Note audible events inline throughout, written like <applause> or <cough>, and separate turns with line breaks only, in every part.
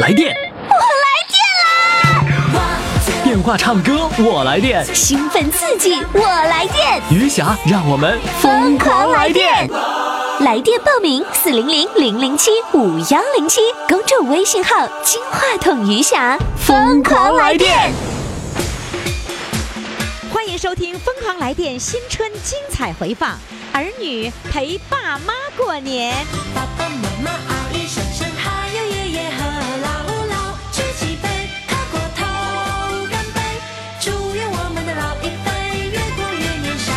来电，电话唱歌我来电，
兴奋刺激，我来电，
余霞让我们
疯狂来电！来电报名：四零零零零七五幺零七，公众微信号“金话筒余霞”，疯狂来电！
欢迎收听《疯狂来电》新春精彩回放，儿女陪爸妈过年。
爸爸妈妈、阿姨、婶婶，还有爷爷和姥姥，举起杯，喝过头，干杯！祝愿我们的老一辈越过越年少。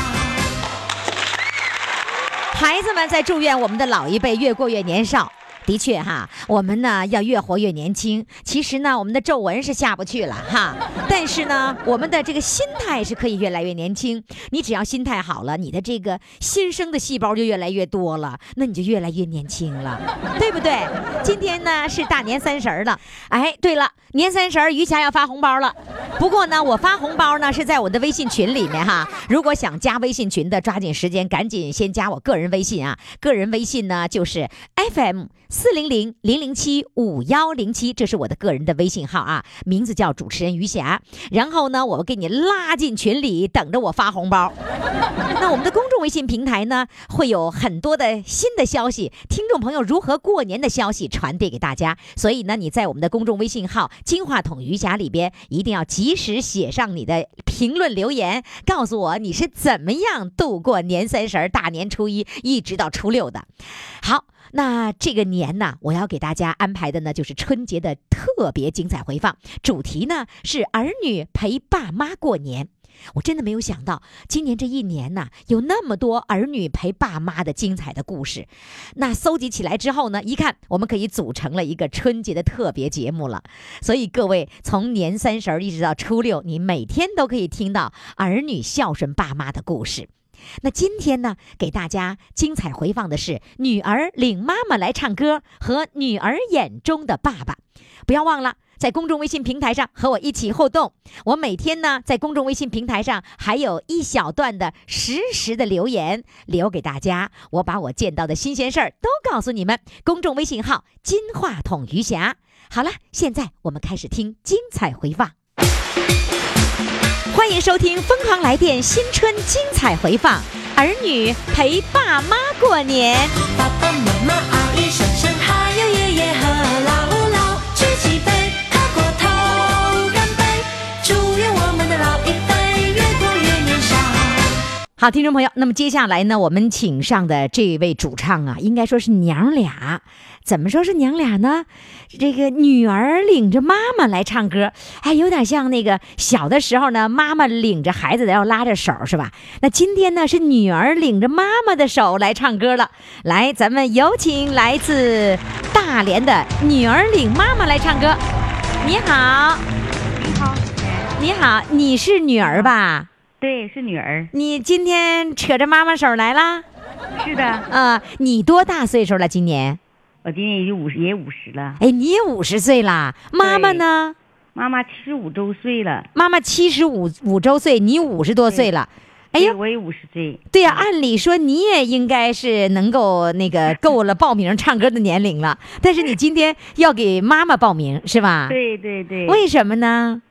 孩子们在祝愿我们的老一辈越过越年少。的确哈，我们呢要越活越年轻。其实呢，我们的皱纹是下不去了哈，但是呢，我们的这个心态是可以越来越年轻。你只要心态好了，你的这个新生的细胞就越来越多了，那你就越来越年轻了，对不对？今天呢是大年三十儿了，哎，对了，年三十儿余霞要发红包了。不过呢，我发红包呢是在我的微信群里面哈。如果想加微信群的，抓紧时间，赶紧先加我个人微信啊。个人微信呢就是 FM 四零零零零七五幺零七，这是我的个人的微信号啊，名字叫主持人余霞。然后呢，我给你拉进群里，等着我发红包。 <laughs> 那我们的公众微信平台呢，会有很多的新的消息，听众朋友如何过年的消息传递给大家。所以呢，你在我们的公众微信号“金话筒余霞”里边，一定要及时写上你的评论留言，告诉我你是怎么样度过年三十儿、大年初一一直到初六的。好，那这个年呢，我要给大家安排的呢，就是春节的特别精彩回放，主题呢是儿女陪爸妈过年。我真的没有想到，今年这一年呐，有那么多儿女陪爸妈的精彩的故事。那搜集起来之后呢，一看我们可以组成了一个春节的特别节目了。所以各位，从年三十儿一直到初六，你每天都可以听到儿女孝顺爸妈的故事。那今天呢，给大家精彩回放的是《女儿领妈妈来唱歌》和《女儿眼中的爸爸》。不要忘了在公众微信平台上和我一起互动。我每天呢在公众微信平台上还有一小段的实时的留言留给大家，我把我见到的新鲜事儿都告诉你们。公众微信号“金话筒余霞”。好了，现在我们开始听精彩回放。欢迎收听《疯狂来电》新春精彩回放，儿女陪爸妈过年。
爸爸妈妈、阿姨、婶婶，还有爷爷和姥姥，举起杯，喝过头，干杯！祝愿我们的老一辈越过越年少。
好，听众朋友，那么接下来呢，我们请上的这位主唱啊，应该说是娘俩。怎么说是娘俩呢？这个女儿领着妈妈来唱歌，哎，有点像那个小的时候呢，妈妈领着孩子要拉着手，是吧？那今天呢，是女儿领着妈妈的手来唱歌了。来，咱们有请来自大连的女儿领妈妈来唱歌。你好，你好，你好，你是女儿吧？
对，是女儿。
你今天扯着妈妈手来啦？
是的，
啊、你多大岁数了？今年？
我今年也五十，也五十了。
哎，你也五十岁啦。妈妈呢？
妈妈七十五周岁了，
妈妈七十五五周岁，你五十多岁了。哎
对
呦，
我也五十岁。
对呀、按理说你也应该是能够那个够了报名唱歌的年龄了，但是你今天要给妈妈报名是吧？。
对对对，
为什么呢？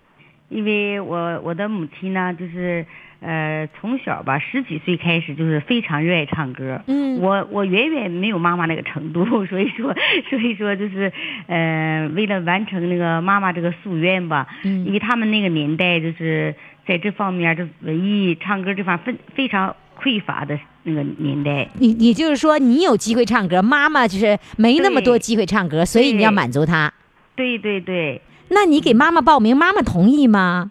因为我我的母亲呢，就是呃，从小吧，十几岁开始就是非常热爱唱歌。
嗯
我我远远没有妈妈那个程度， <laughs> 所以说所以说就是呃，为了完成那个妈妈这个夙愿吧，
嗯
因为他们那个年代就是在这方面，这文艺唱歌这方非非常匮乏的那个年代。
你你就是说你有机会唱歌，妈妈就是没那么多
对
机会唱歌，所以你要
对
满足她。
对对对，
那你给妈妈报名，妈妈同意吗？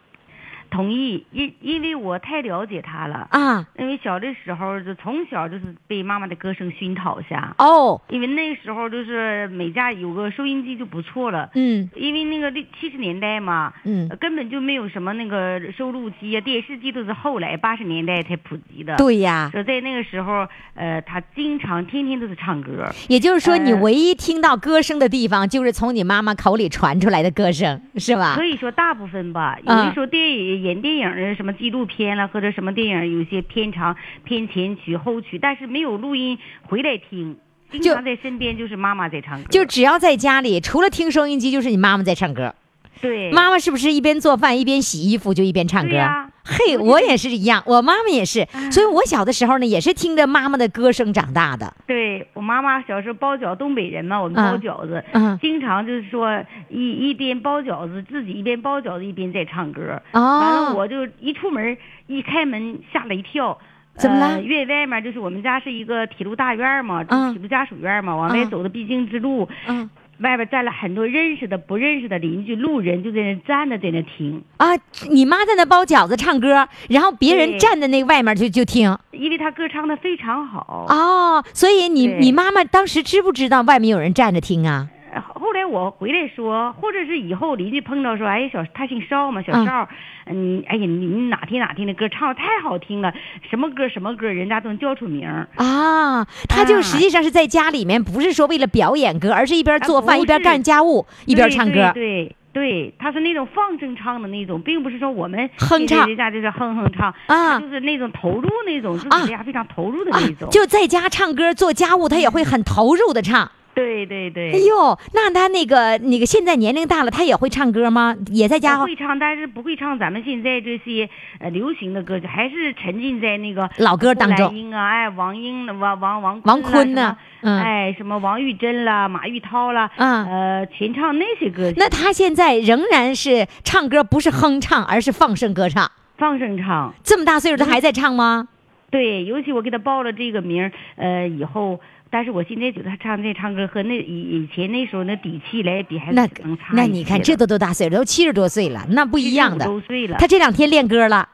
同意，因因为我太了解他了，
啊，
因为小的时候就从小就是被妈妈的歌声熏陶下，
哦，
因为那时候就是每家有个收音机就不错了，
嗯
因为那个六七十年代嘛。
嗯
呃，根本就没有什么那个收录机啊，电视机都是后来八十年代才普及的。，
对啊呀，
说在那个时候，呃，他经常天天都是唱歌。
也就是说，你
呃
唯一听到歌声的地方，就是从你妈妈口里传出来的歌声，是吧
所？以说大部分吧，有
啊
的时候电影、演电影的什么纪录片了，或者什么电影有一些片长、片前曲、后曲，但是没有录音回来听。经
就
常在身边就是妈妈在唱歌，
就只要在家里，除了听收音机，就是你妈妈在唱歌。
对
妈妈是不是一边做饭一边洗衣服就一边唱歌
对？呀
嘿，我也是一样，我妈妈也是，
嗯
所以我小的时候呢，也是听着妈妈的歌声长大的。
对我妈妈小时候包饺，东北人嘛，我
嗯
们包饺子，
嗯
经常就是说一一边包饺子，自己一边包饺子一边在唱歌。
哦
完了我就一出门一开门吓了一跳。
怎么
呃
了
越外面就是我们家是一个铁路大院嘛，
嗯
铁路家属院嘛，往外
嗯
走的必经之路，
嗯
外边站了很多认识的、不认识的邻居、路人，就在那站着，在那听。
啊，你妈在那包饺子唱歌，然后别人
对哦
站在那外面就就听
因为他歌唱的非常好。
哦，所以你
对
你妈妈当时知不知道外面有人站着听啊？
呃后来我回来说，或者是以后邻居碰到说，哎，小他姓邵嘛，小
嗯
邵，嗯，哎呀，你哪天哪天的歌唱的太好听了，什么歌什么歌，人家都能叫出名儿。
啊，她就
啊
实际上是在家里面，不是说为了表演歌，而是一边
啊
做饭
不
一边干
是
家务一边唱歌。
对对对，他是那种放声唱的那种，并不是说我们
哼
一直
唱
在家就是哼哼唱，
啊
他就是那种投入那种，自
啊
己在家非常投入的
啊
那种。，
就在家唱歌做家务，她也会很投入的唱。
对对对。
哎呦，那她那个那个现在年龄大了，她也会唱歌吗？也在家
他会唱，但是不会唱咱们现在这些呃流行的歌曲，还是沉浸在那个
老歌
郭
当中
兰英啊，哎，王英、王王王
王
坤
坤
呐、
呢
什么
嗯
哎，什么王玉珍啦、马玉涛啦，
嗯
呃，秦唱那些歌曲，
那她现在仍然是唱歌，不是哼唱，而是放声歌唱。
放声唱。
这么大岁数，她还在唱吗？
对，尤其我给他报了这个名儿，呃，以后，但是我现在觉得他唱那唱歌和那以以前那时候那底气来比，还
那
是能差
那
一
你
些
看，
了
这都多大岁数，都七十多岁了，那不一样的
75。周岁了，
她这两天练歌了。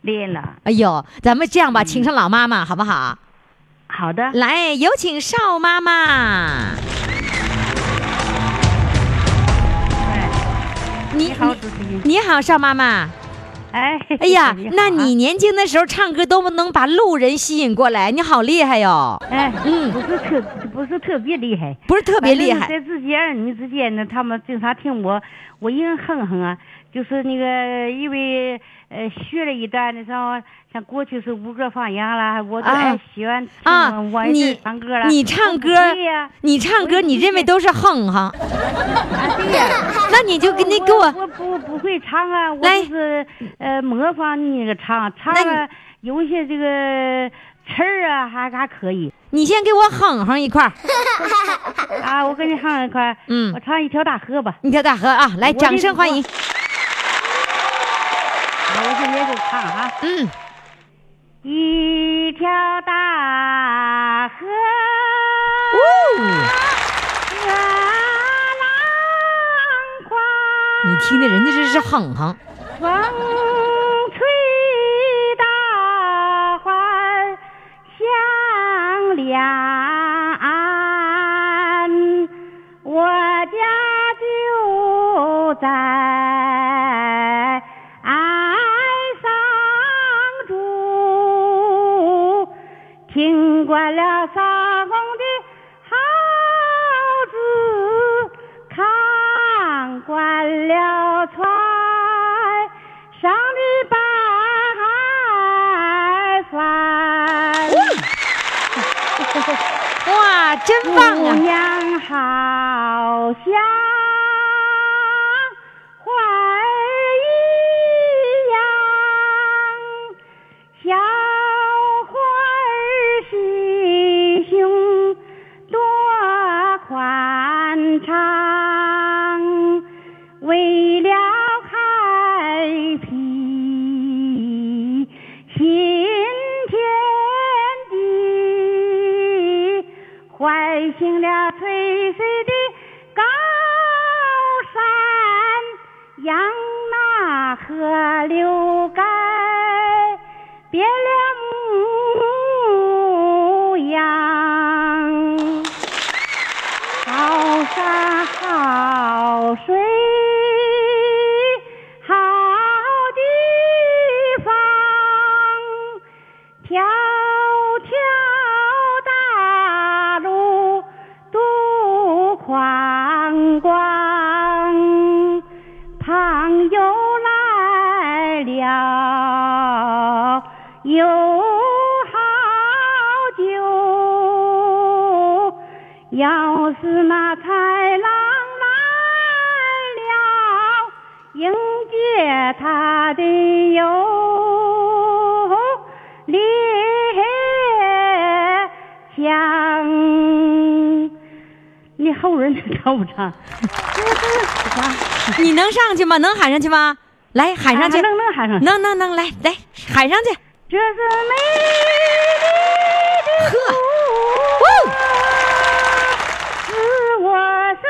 练了，
哎呦，咱们这样
嗯
吧，请上老妈妈好不
啊
好？
好的。
来，有请邵妈妈。
哎
你
你好，
你
主持人。
你好，邵妈妈。
哎，
哎呀，
<laughs> 你好
那你年轻的时候唱歌都能把路人吸引过来，你好厉害哟！
哎，
嗯
不是特不是特别厉害，
不是特别厉
反
害
正在自己儿女之间呢，他们经常听我，我硬哼哼啊，就是那个因为呃学了一段的时候，像过去是五个方言啦，我都
啊
爱喜欢听
啊
我！也是
你
唱歌了，
你唱歌
我不会呀，
你唱歌，
我也不
你认为
会
都是哼哼，
啊对呀，
那你就跟你给
我
我，
我不不会唱啊，我
来
就是呃模仿你那个唱，唱
那你
了有一些这个词儿啊还还可以
你先给我哼哼一块儿。
啊，我跟你唱一块，
嗯
我唱一条大河吧。
你跳大河啊，来，
我这
掌声欢迎。
我现在就唱啊哈。
嗯，
一条大河
哦，
啊，浪花
你听听人家这是哼哼，
风吹大环向两岸，我家就在上住，听惯了上公的好字，看惯了船上的白帆。
哇，真棒
姑
啊！
娘好像花儿一样，小花儿心胸多宽敞，为了开辟新天地，唤醒了翠翠的高山，让那河流改变了模样。好山好水好地方，条条大路都宽广，朋友来了有好酒。要是那豺狼来了，迎接他的有猎枪。你后人唱不唱？
你能上去吗？能喊上去吗？来喊上去，
能能喊上去
能能能，来来喊上去，
这是美丽的
呵，
祖国，
哦
是我生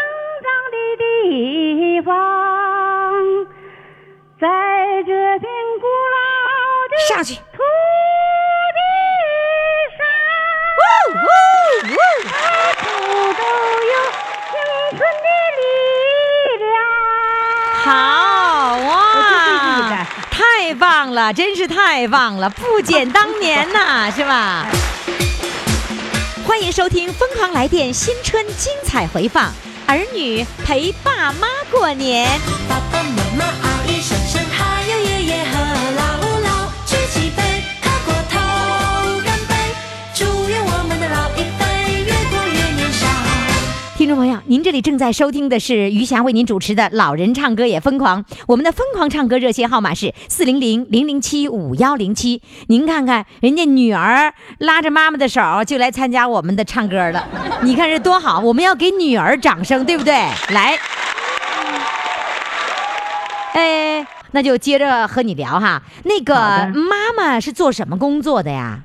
长的地方，在这片古老的
上去，
土地
呜
上，
呜呜，
到处都有青春的力量。
好
我就会这
哇
个，
太棒了，真是太棒了，不减当年呐、 <laughs> 是吧？欢迎收听《疯狂来电》新春精彩回放，儿女陪爸妈过年。
爸爸妈妈、阿姨、婶婶，还有爷爷和姥姥，举起杯，喝过头，干杯！祝愿我们的老一辈越过越年少。
听众朋友，您这里正在收听的是余霞为您主持的《老人唱歌也疯狂》，我们的疯狂唱歌热线号码是四零零零零七五幺零七。您看看，人家女儿拉着妈妈的手就来参加我们的唱歌了，你看这多好！我们要给女儿掌声，对不对？来，哎，那就接着和你聊哈。那个
好的
妈妈是做什么工作的呀？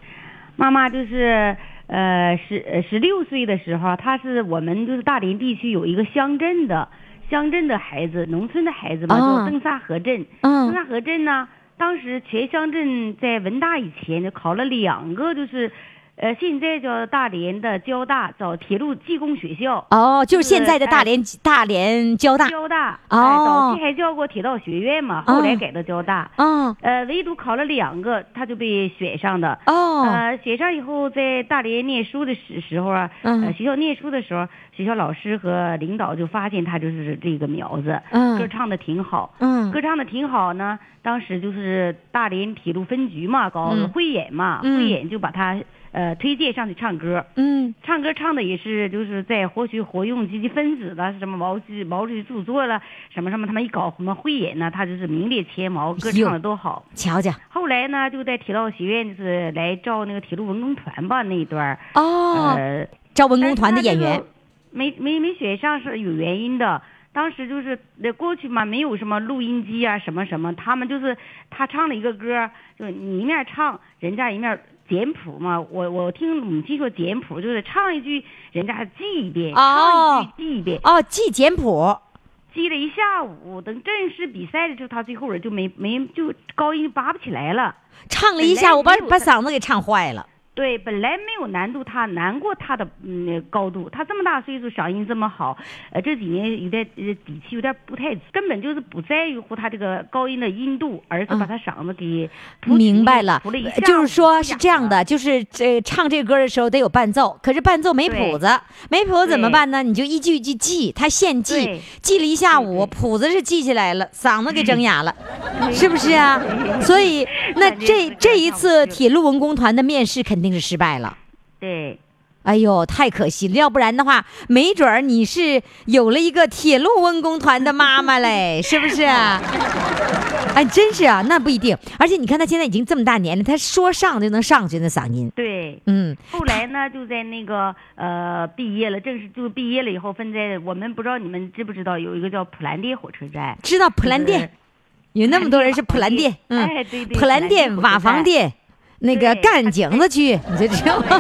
妈妈就是呃十十六岁的时候，她是我们就是大连地区有一个乡镇的乡镇的孩子，农村的孩子嘛，
啊
叫邓萨河镇。
嗯
邓萨河镇呢，当时全乡镇在文大以前就考了两个，就是呃现在叫大连的交大找铁路技工学校。
哦，就是现在的
哎
大连、大连交大。
交大，
哦
哎，早期还叫过铁道学院嘛，后来改到交大。
嗯
呃，唯独考了两个，他就被选上的。
哦，
呃，选上以后，在大连念书的时时候啊，
嗯
呃，学校念书的时候，学校老师和领导就发现他就是这个苗子，
嗯
歌唱的挺好，
嗯
歌唱的挺好呢。当时就是大连铁路分局嘛，搞
嗯
汇演嘛，
嗯
汇演就把他呃推荐上去唱歌，
嗯
唱歌唱的也是就是在活学活用积极分子了，什么毛主席毛主席著作了，什么什么，他们一搞什么汇演呢，他就是名列前茅，歌唱的都好。，
瞧瞧
后来呢，就在铁道学院就是来招那个铁路文工团吧那一段儿，
哦，
呃，
招文工团的演
但是他
员
这个，没没没选上是有原因的。当时就是呃过去嘛，没有什么录音机啊，什么什么，他们就是他唱了一个歌，就你一面唱，人家一面简谱嘛。我我听母亲说简谱就是唱一句，人家记一遍，
哦
唱一句记一遍，
哦，记简谱，
记了一下午。等正式比赛的时候，他最后人就没没就高音拔不起来了。
唱了一下，我把
本来没
把
有
嗓子给唱坏了。
对，本来没有难度他，难过他的嗯高度，他这么大岁数，嗓音这么好，呃，这几年有点呃底气有点不太，根本就是不在乎他这个高音的音度，而是把他嗓子给
嗯
谱曲
明白了
谱了一下，
就是说是
下
这样的，就是这唱这歌的时候得有伴奏，可是伴奏没谱子，没谱子怎么办呢？你就一句一句记，他现记
对，
记了一下午，
对对嗯
谱子是记起来了，嗓子给整哑了，是不是啊？所
<laughs>
以那
感觉
这
是这
这
样
一
唱不
次
就
铁路文工团的面试肯定是失败了。
对。
哎呦，太可惜了！要不然的话，没准儿你是有了一个铁路文工团的妈妈
<laughs>
嘞，是不是啊？哎，真是啊，那不一定。而且你看他现在已经这么大年龄，他说上就能上去，那嗓音，
对，
嗯，
后来呢，就在那个呃毕业了，正式就毕业了以后，分在我们不知道你们知不知道有一个叫普兰店火车站，
知道普兰
对
店，有那么多人是普兰店，
普兰
嗯
店哎对，对
普兰店、
普兰店
瓦房店。那个
对
干井子区，你就
<laughs>
知道吗？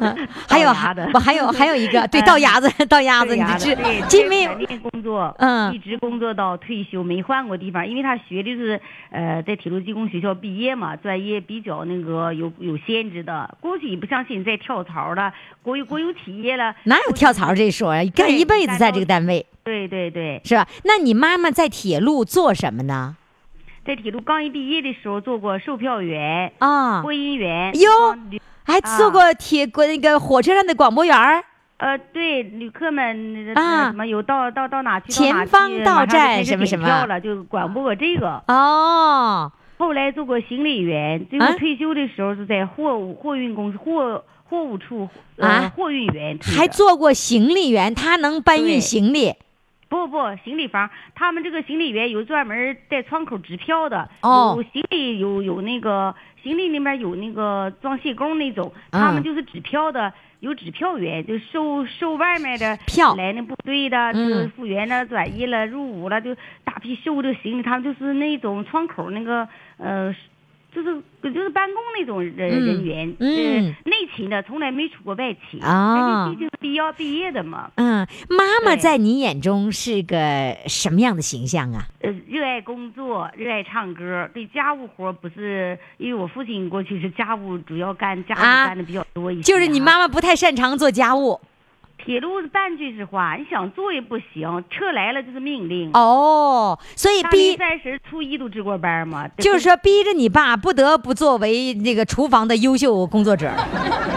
嗯还有
倒牙的，
我还有还有一个，对，
嗯
倒牙子，倒牙子，
对
啊你
呀
就知
对，
金没有
在普兰店工作，
嗯
一直工作到退休，没换过地方，因为他学的是呃，在铁路技工学校毕业嘛，专业比较那个有有限制的。过去也不像现在跳槽了，国有国有企业了，
哪有跳槽这说呀？干一辈子在这个单位，
对对对，
是吧？那你妈妈在铁路做什么呢？
在铁路刚一毕业的时候做过售票员、
啊，
播音员，
哟
帮旅
还做
啊
过铁过那个火车上的广播员儿，
呃，对，旅客们
啊
呃什么有到到到哪去，
前
到哪去
方到
马上就
站
开始
什么
点
什么
票了，就管播过这个。
哦，
后来做过行李员，最
啊
后退休的时候是在货物货运公司货货物处呃
啊
货运员推
还
的
做过行李员，他能搬运
对
行李。
不不，行李房，他们这个行李员有专门带窗口支票的，
哦
有行李有有那个行李那边有那个装卸工那种，他
嗯
们就是指票的，有指票员，就收收外面的
票
来那部队的，
嗯
就是复员了、转役了、入伍了，就大批收这个行李，他们就是那种窗口那个呃。就是就是办公那种人、
嗯
人员，
嗯
呃，内勤的从来没出过外勤，
啊
而且毕竟毕要毕业的嘛，
嗯，妈妈
对
在你眼中是个什么样的形象啊？
呃，热爱工作，热爱唱歌，对家务活儿不是，因为我父亲过去是家务主要干，家务
啊
干的比较多一些、啊
就是你妈，妈不太擅长做家务
铁路是半句实话，你想做也不行，车来了就是命令。
哦，所以
大年
逼
三十、初一都值过班嘛，得
就是说逼着你爸不得不作为那个厨房的优秀工作者。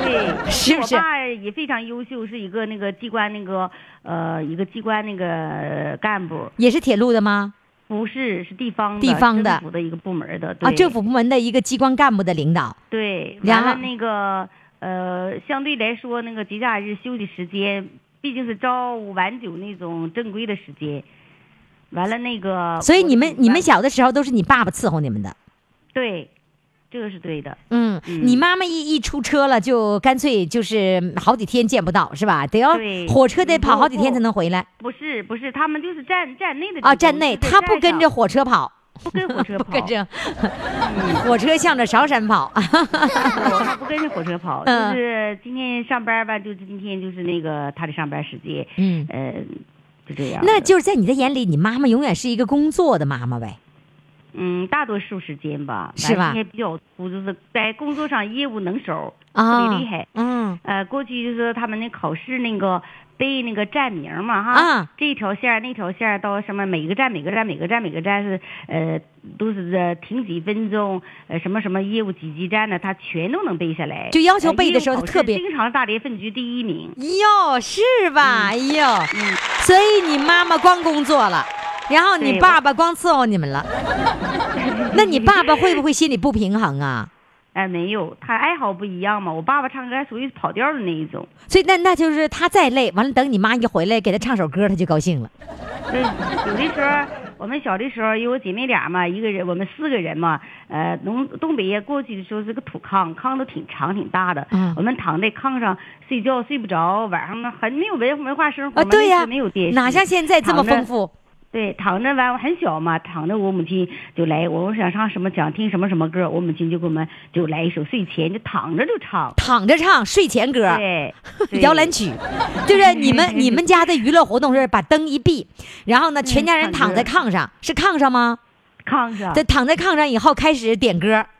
对，
<laughs> 是不是
我爸也非常优秀，是一个那个机关那个呃一个机关那个干部，
也是铁路的吗？
不是是地方的
地方的
政府的一个部门的，对
啊，政府部门的一个机关干部的领导。
对，
然
完
后
了那个呃，相对来说那个节假日休息时间，毕竟是朝五晚九那种正规的时间。完了那个，
所以
啊我
你
就
们你们
完
小的时候都是你爸爸伺候你们的。
对，这个是对的。
嗯，
嗯
你妈妈一一出车了，就干脆就是好几天见不到，是吧？得要
对
火车得
不
跑好几天
不
才能回来
不是不是，他们就是站站内的
啊！
职
站
工
内
就在
他不
站
跟
上
着火车跑，
不跟火车
<laughs> 不
跑，嗯
跟着 <laughs> 火车向着韶山跑。啊
<laughs> 他不跟着火车
<laughs>
跑，就
嗯
是今天上班吧，就是今天就是那个他的上班时间，
嗯，
呃，就这样的。
那就是在你的眼里，你妈妈永远是一个工作的妈妈呗。
嗯，大多数时间吧，
是吧
也比较粗，就是在工作上业务能手，
啊，
特别厉害。
嗯，
呃，过去就是他们那考试那个背那个站名嘛，哈，
啊
这一条线儿那条线儿到什么每个站每个站每个站每个站是呃都是呃停几分钟，呃什么什么业务几级站呢，他全都能背下来。
就要求
呃
背的
业务
时候他
考试
特别
经常大连分局第一名。
哟，是吧？哎呦，
嗯，
所以你妈妈光工作了，然后你
对
爸爸光伺候你们
<laughs>
了。那你爸爸会不会心里不平衡啊？
哎、没有，他爱好不一样嘛。我爸爸唱歌还属于跑调的那一种，
所以那那就是他再累，完了等你妈一回来给他唱首歌，他就高兴了。
对，有的时候我们小的时候，因为我姐妹俩嘛，一个人我们四个人嘛，呃，农东北过去的时候是个土炕，炕都挺长挺大的，
嗯
我们躺在炕上睡觉睡不着，晚上呢很没有文文化生活
啊，
嘛
对
那
呀、
时没有电视，
哪像现在这么
躺着
丰富？
对，躺着完我很小嘛，躺着我母亲就来，我想唱什么想听什么什么歌，我母亲就给我们就来一首睡前就躺着就唱，
躺着唱睡前歌。，
对对
啊 <laughs> 摇篮曲，
<laughs>
就是你们你们家的娱乐活动是把灯一闭，然后呢，
嗯
全家人躺在炕上，是炕上吗？
炕上，
在躺在炕上以后开始点歌。
对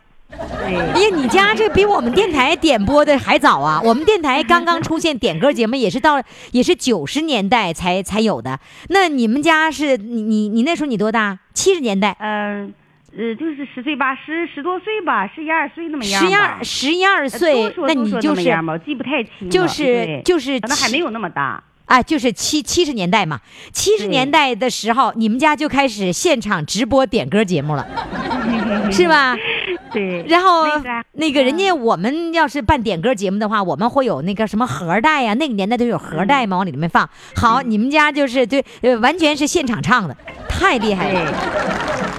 哎呀，你家这比我们电台点播的还早
<laughs>
啊！我们电台刚刚出现点歌节目，也是到也是九十年代才才有的。那你们家是你你你那时候你多大？七十年代，
嗯。呃，就是十岁八十十多岁吧，十一二岁那么样
十
吧。
一二十一二岁
都，呃说
那
都
你
说
就
那么
是
样吧我记不太清了，
就是
对
就是
可能还没有那么大。
<laughs> 啊，就是七七十年代嘛，七十
对
年代的时候，你们家就开始现场直播点歌节
<laughs>
目了，是吧？
对，
然后
那个
那个人家我们要是办点歌节目的话，我们会有那个什么盒带呀、那个年代都有盒带
嗯
嘛，往里面放。好，你们家就是对，呃完全是现场唱的，太厉害了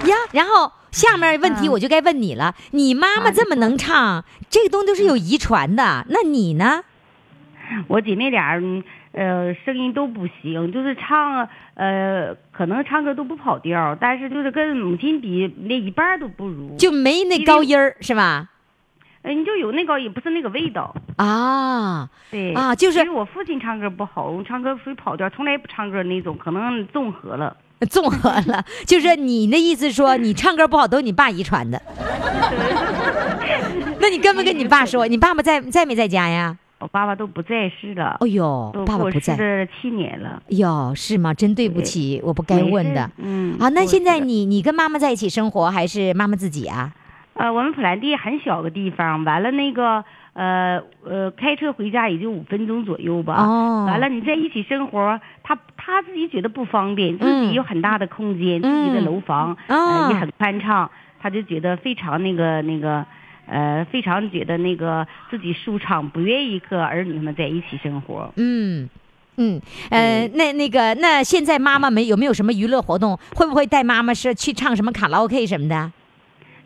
对，
呀！然后下面问题我就该问你了，嗯啊你妈妈这么能唱，这个东西都是有遗传的，那你呢？
我姐妹俩，嗯呃，声音都不行，就是唱，呃，可能唱歌都不跑调，但是就是跟母亲比，连一半儿都不如。
就没那
因为
高音儿是吧？
呃你就有那个，也不是那个味道。
啊，
对
啊就是
因为我父亲唱歌不好，我唱歌属于跑调，从来不唱歌那种，可能综合了。
综合 <laughs> 了，就是你的意思说你唱歌不好都是你爸遗传 <laughs> 的。那你跟没跟你爸说？你爸爸在在没在家呀？
我爸爸都不在世了，
哦呦
都，
爸爸
过
不
世
在。
了七年了。
哟，是吗？真对不起，我不该
没
问
事
的。
嗯，
啊，那
过
现
世
在
了
你你跟妈妈在一起生活，还是妈妈自己啊？
呃，我们普兰地很小个地方，完了那个呃呃，开车回家也就五分钟左右吧。
哦
完了你在一起生活，他他自己觉得不方便，自
嗯
己有很大的空间，自己的
嗯
楼房、
啊
呃也很宽敞，他就觉得非常那个那个呃，非常觉得那个自己舒畅，不愿意和儿女们在一起生活。
嗯。嗯，呃，那那个，那现在妈妈们有没有什么娱乐活动？会不会带妈妈是去唱什么卡拉 OK 什么的？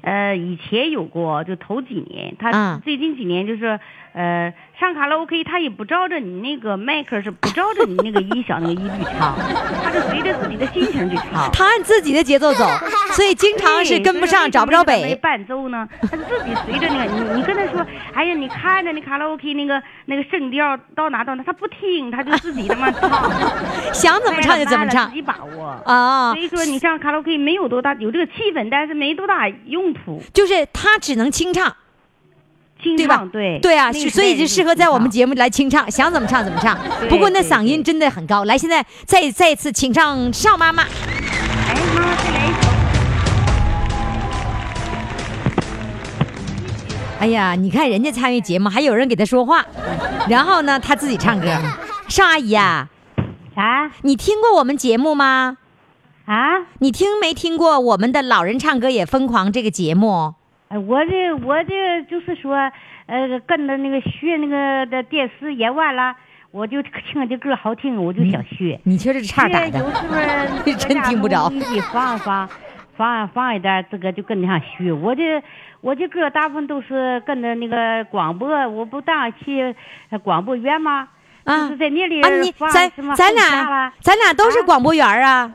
呃，以前有过，就头几年，他
嗯
最近几年就是，呃，上卡拉 OK，他也不照着你那个麦克，是不照着你那个音响那个音律
<laughs>
唱，他是随着自己的心情去唱。
他按自己的节奏走，所以经常是
对
跟不
所以
上，
为
找
什
不
么
着
那个没
北。
伴奏呢，他自己随着那个，你你跟他说，哎呀，你看着那卡拉 OK 那个那个声调到哪到哪，他不听，他就自己他妈唱，
<laughs> 想怎么唱就怎么
哎呀
唱
自己把握。
啊
所！以说，你像卡拉 OK 没有多大有这个气氛，但是没多大用途。
就是他只能清唱，
清
对吧
唱，对
对啊，
那个
是
时
所
代
以就适合在我们节目来清唱，想怎么唱怎么唱。不过那
对
嗓音真的很高，来，现在再再一次请上邵妈妈。
哎，妈妈再来一首。
哎呀，你看人家参与节目，还有人给他说话，然后呢，他自己唱歌。邵阿姨呀、
啊
你听过我们节目吗？
啊！
你听没听过我们的《老人唱歌也疯狂》这个节目？
哎我这我这就是说，呃，跟着那个学那个的电视也完了，我就听这歌好听，我就想学。
你瞧这岔嗯打
学有
的， <laughs>
时候搁
真
家
听不着
录音机放一放，放放一段，这个就跟着上学。我这我这歌大部分都是跟着那个广播，我不当去呃广播员吗？
啊
就是在那里
啊，你
放
咱
什么
咱
放假
俩
啦
咱俩都是
啊
广播员儿啊，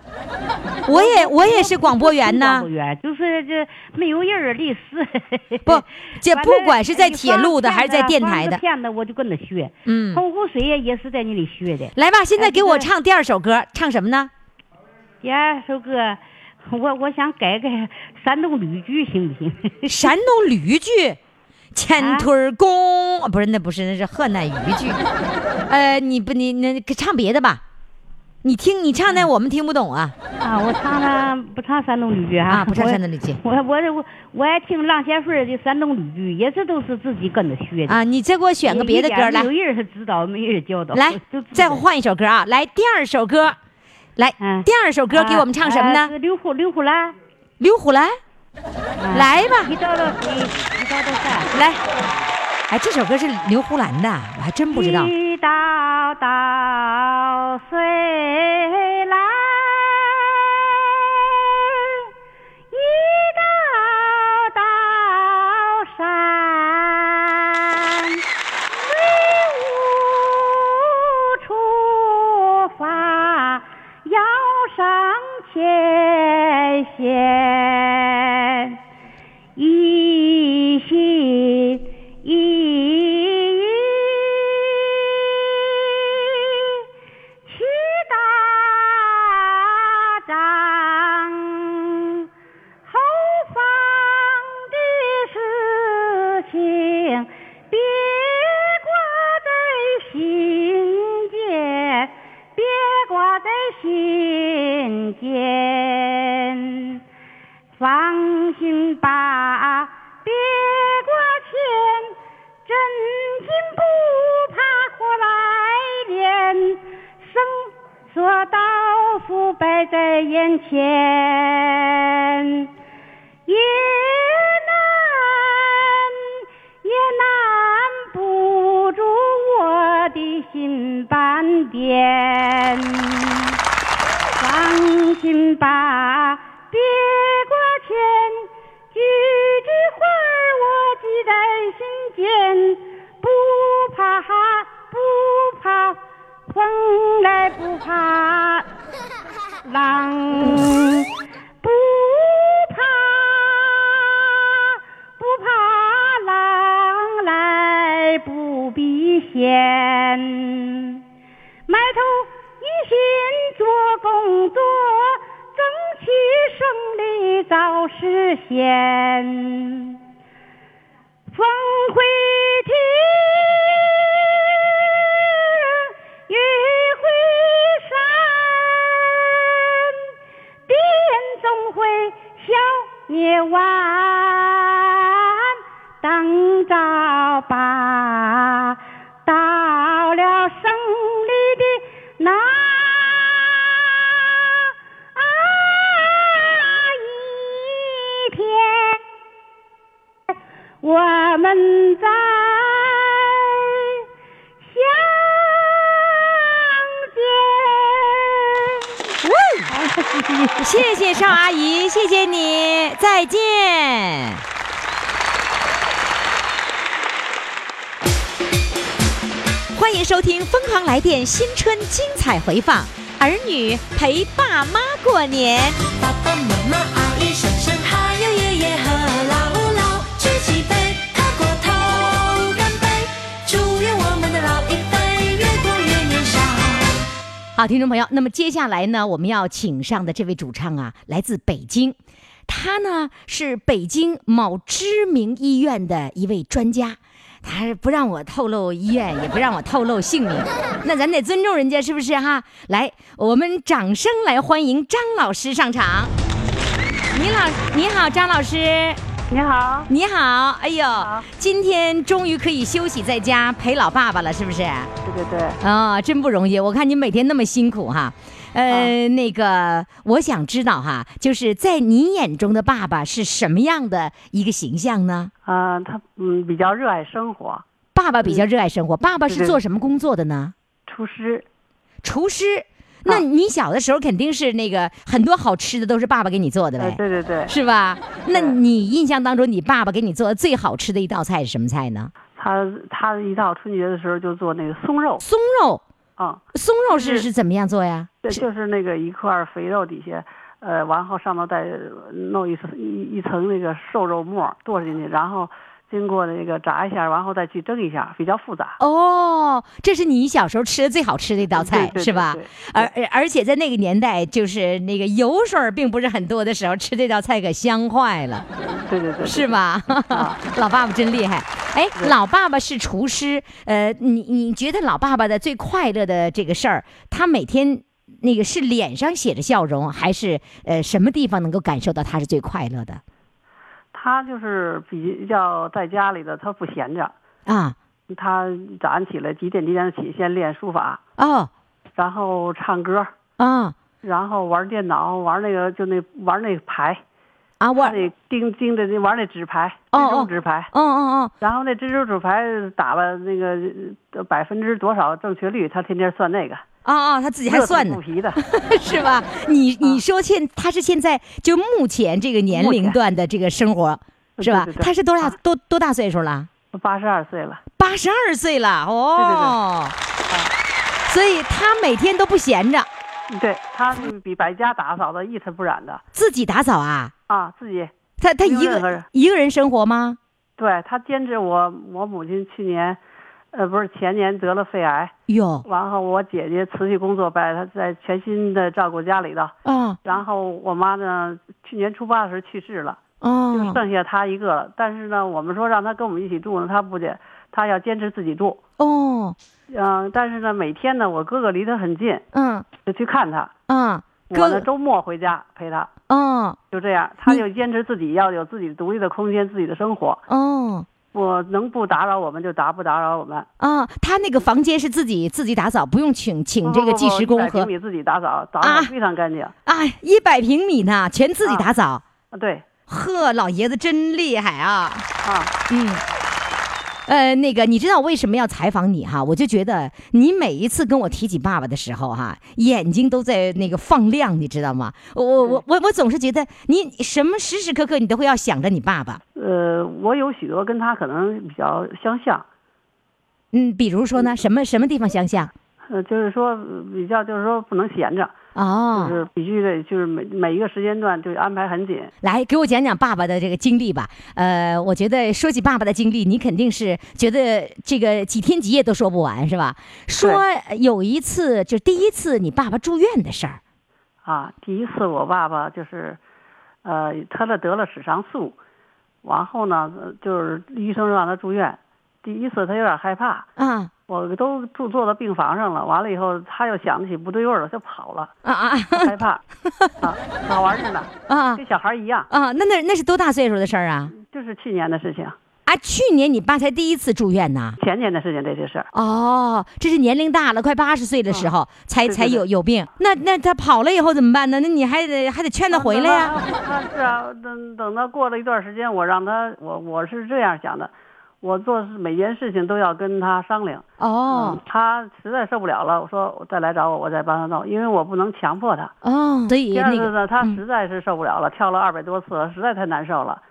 我
<laughs>
也我也是广播员
广
呐
播。员就是这没有人儿啊历史。 <laughs>
不，这
完了
不管是在铁路的
你放
还是在电台
放
的
个，片子我就跟着学。
嗯
洪湖水呀也是在那里学的。
来吧，现在
哎
给
这
我
个
唱第二首歌，唱什么呢？
第二首歌，我我想改改山东吕剧行不行？ <laughs>
山东驴剧，前
啊
腿儿弓，啊不是那不是那是河南豫剧。 <laughs> 呃，你不你那唱别的吧，你听你唱
嗯
那我们听不懂啊
啊，我唱唱不唱山东吕剧
啊，
啊？
不唱山东驴剧
我。我我我我爱听郎咸水的山东吕剧，也是都是自己跟着学的。
啊，你再给我选个别的歌
一点
来
没有人指导，没人教导。
来
<laughs> 就自，己
再换一首歌啊，来第二首歌，来
嗯
第二首歌给我们唱什么
啊
呢？
是刘胡刘胡兰，
刘虎兰，
啊
来吧，
一道道水，一道道山。
来，哎，这首歌是刘胡兰的，我还真不知道。
一道道水来，一道道山，水无处发，遥上前线。一心一意去打仗，后方的事情别挂在心间，别挂在心间。放心吧，别过钱，真金不怕火来炼，生说到福摆在眼前，也难也难不住我的心斑点。放心吧，别挂牵，句句话我记在心间，不怕不怕风来不怕浪，不怕不怕浪来不避嫌。埋头一心做工作，争取胜利早实现。峰回去，雨会山，敌人总会笑你晚，等到吧，到了胜利的那一天。
我们在相见。
谢谢邵阿姨，谢谢你，再见。欢迎收听《疯狂来电》新春精彩回放，儿女陪爸妈过年。
爸爸妈妈、阿姨、婶婶，还有爷爷和姥姥，举起杯，喝过头，干杯！祝愿我们的老一辈越过越年少。
好，听众朋友，那么接下来呢，我们要请上的这位主唱啊，来自北京，他呢是北京某知名医院的一位专家，他是不让我透露医院，也不让我透露姓名，
<laughs>
那咱得尊重人家，是不是哈？来，我们掌声来欢迎张老师上场。你老，你好，张老师。
你好，
你好，哎呦，今天终于可以休息在家陪老爸爸了，是不是？
对对对，
啊、真不容易！我看你每天那么辛苦哈。
啊
呃，那个，我想知道哈，就是在你眼中的爸爸是什么样的一个形象呢？
嗯、他嗯比较热爱生活，
爸爸比较热爱生活，爸爸是
嗯对
做什么工作的呢？
厨师，
厨
啊
师。那你小的时候肯定是那个很多好吃的都是爸爸给你做的
哎、
呗，
对对对，
是吧？那你印象当中，你爸爸给你做的最好吃的一道菜是什么菜呢？
他他一到春节的时候就做那个松肉，
松肉，
啊、
松肉是
是
是怎么样做呀？
对，就是那个一块肥肉底下，呃，完后上头再呃弄一层一一层那个瘦肉末剁进去，然后经过那个炸一下，然后再去蒸一下，比较复杂。
哦，这是你小时候吃的最好吃的一道菜
对，对
是吧
对对？
而而而且在那个年代，就是那个油水儿并不是很多的时候，吃这道菜可香坏了，
对对对，
是吧？老爸爸真厉害。哎，老爸爸是厨师，呃，你你觉得老爸爸的最快乐的这个事儿，他每天那个是脸上写着笑容，还是呃什么地方能够感受到他是最快乐的
他就是比较在家里的，他不闲着，
啊？
他早上起来几点几点起，先练书法，
哦
然后唱歌，
啊
然后玩电脑，玩那个就那玩那牌，
啊，我
他得盯盯着那玩那纸牌，
哦
蜘
哦
蛛纸牌。
哦哦
然后那蜘蛛纸牌打了那个呃百分之多少正确率，他天天算那个，
哦哦哦，他自己还
乐此
算呢
不。疲的。
<laughs> 是吧？
啊
你你说现他是现在就目前这个年龄段的这个生活
目前
是吧
对对？对
他是多大
啊
多多大岁数了？
八十二岁了，
八十二岁了哦。
啊
所以他每天都不闲着，
对他比百家打扫的一尘不染的
自己打扫啊。
啊，自己
他他
没有
一
任何人
个一个人生活吗？
对他兼职我我母亲去年，呃不是前年得了肺癌，
哟
然后我姐姐辞去工作，把她在全心的照顾家里头。
啊
然后我妈呢，去年初八的时候去世了，就
啊
剩下她一个了。但是呢，我们说让她跟我们一起住呢，她不介，她要坚持自己住。
哦
嗯、但是呢，每天呢，我哥哥离她很近，
嗯
就去看她。
嗯
我
哥
呢，周末回家陪她，
哦
就这样。她就坚持自己要有自己独立的空间，自己的生活。
哦
我能不打扰我们就打不打扰我们。
啊，他那个房间是自己自己打扫，不用请请这个
不不
计时
不
工
100平
和
米自己打扫，打
啊
扫非常干净。
啊一百平米呢，全自己
啊
打扫。
啊，对
呵，老爷子真厉害啊！
啊，
嗯，呃，那个，你知道为什么要采访你哈？我就觉得你每一次跟我提起爸爸的时候哈，眼睛都在那个放亮，你知道吗？我我我我我总是觉得你什么时时刻刻你都会要想着你爸爸。
呃，我有许多跟他可能比较相像，
嗯，比如说呢，什么什么地方相像？
呃，就是说呃比较就是说不能闲着，就
哦，
是必须得就是每每一个时间段就安排很紧。
来给我讲讲爸爸的这个经历吧。呃，我觉得说起爸爸的经历，你肯定是觉得这个几天几夜都说不完，是吧？说有一次，就第一次你爸爸住院的事儿。
啊，第一次我爸爸就是，呃，他这得了室肠素，然后呢，呃就是医生让他住院。第一次他有点害怕，
啊
我都住坐到病房上了。完了以后，他又想起不对味儿了，就跑了，
啊啊
害怕啊，好玩着呢，
啊
跟小孩一样，
啊！那那那是多大岁数的事儿啊？
就是去年的事情。
哎啊，去年你爸才第一次住院呐。
前年的事情这些事儿。
哦，这是年龄大了，快八十岁的时候、才
对
才
对
有有病。那那他跑了以后怎么办呢？那你还得还得劝他回来呀、
啊， <laughs> 是啊，等等到过了一段时间，我让他，我我是这样想的，我做事每件事情都要跟他商量。
哦
嗯，他实在受不了了，我说我再来找我，我再帮他弄，因为我不能强迫他。
哦，所以
第二
那
次
个嗯
呢，他实在是受不了了，跳了二百多次了，实在太难受了。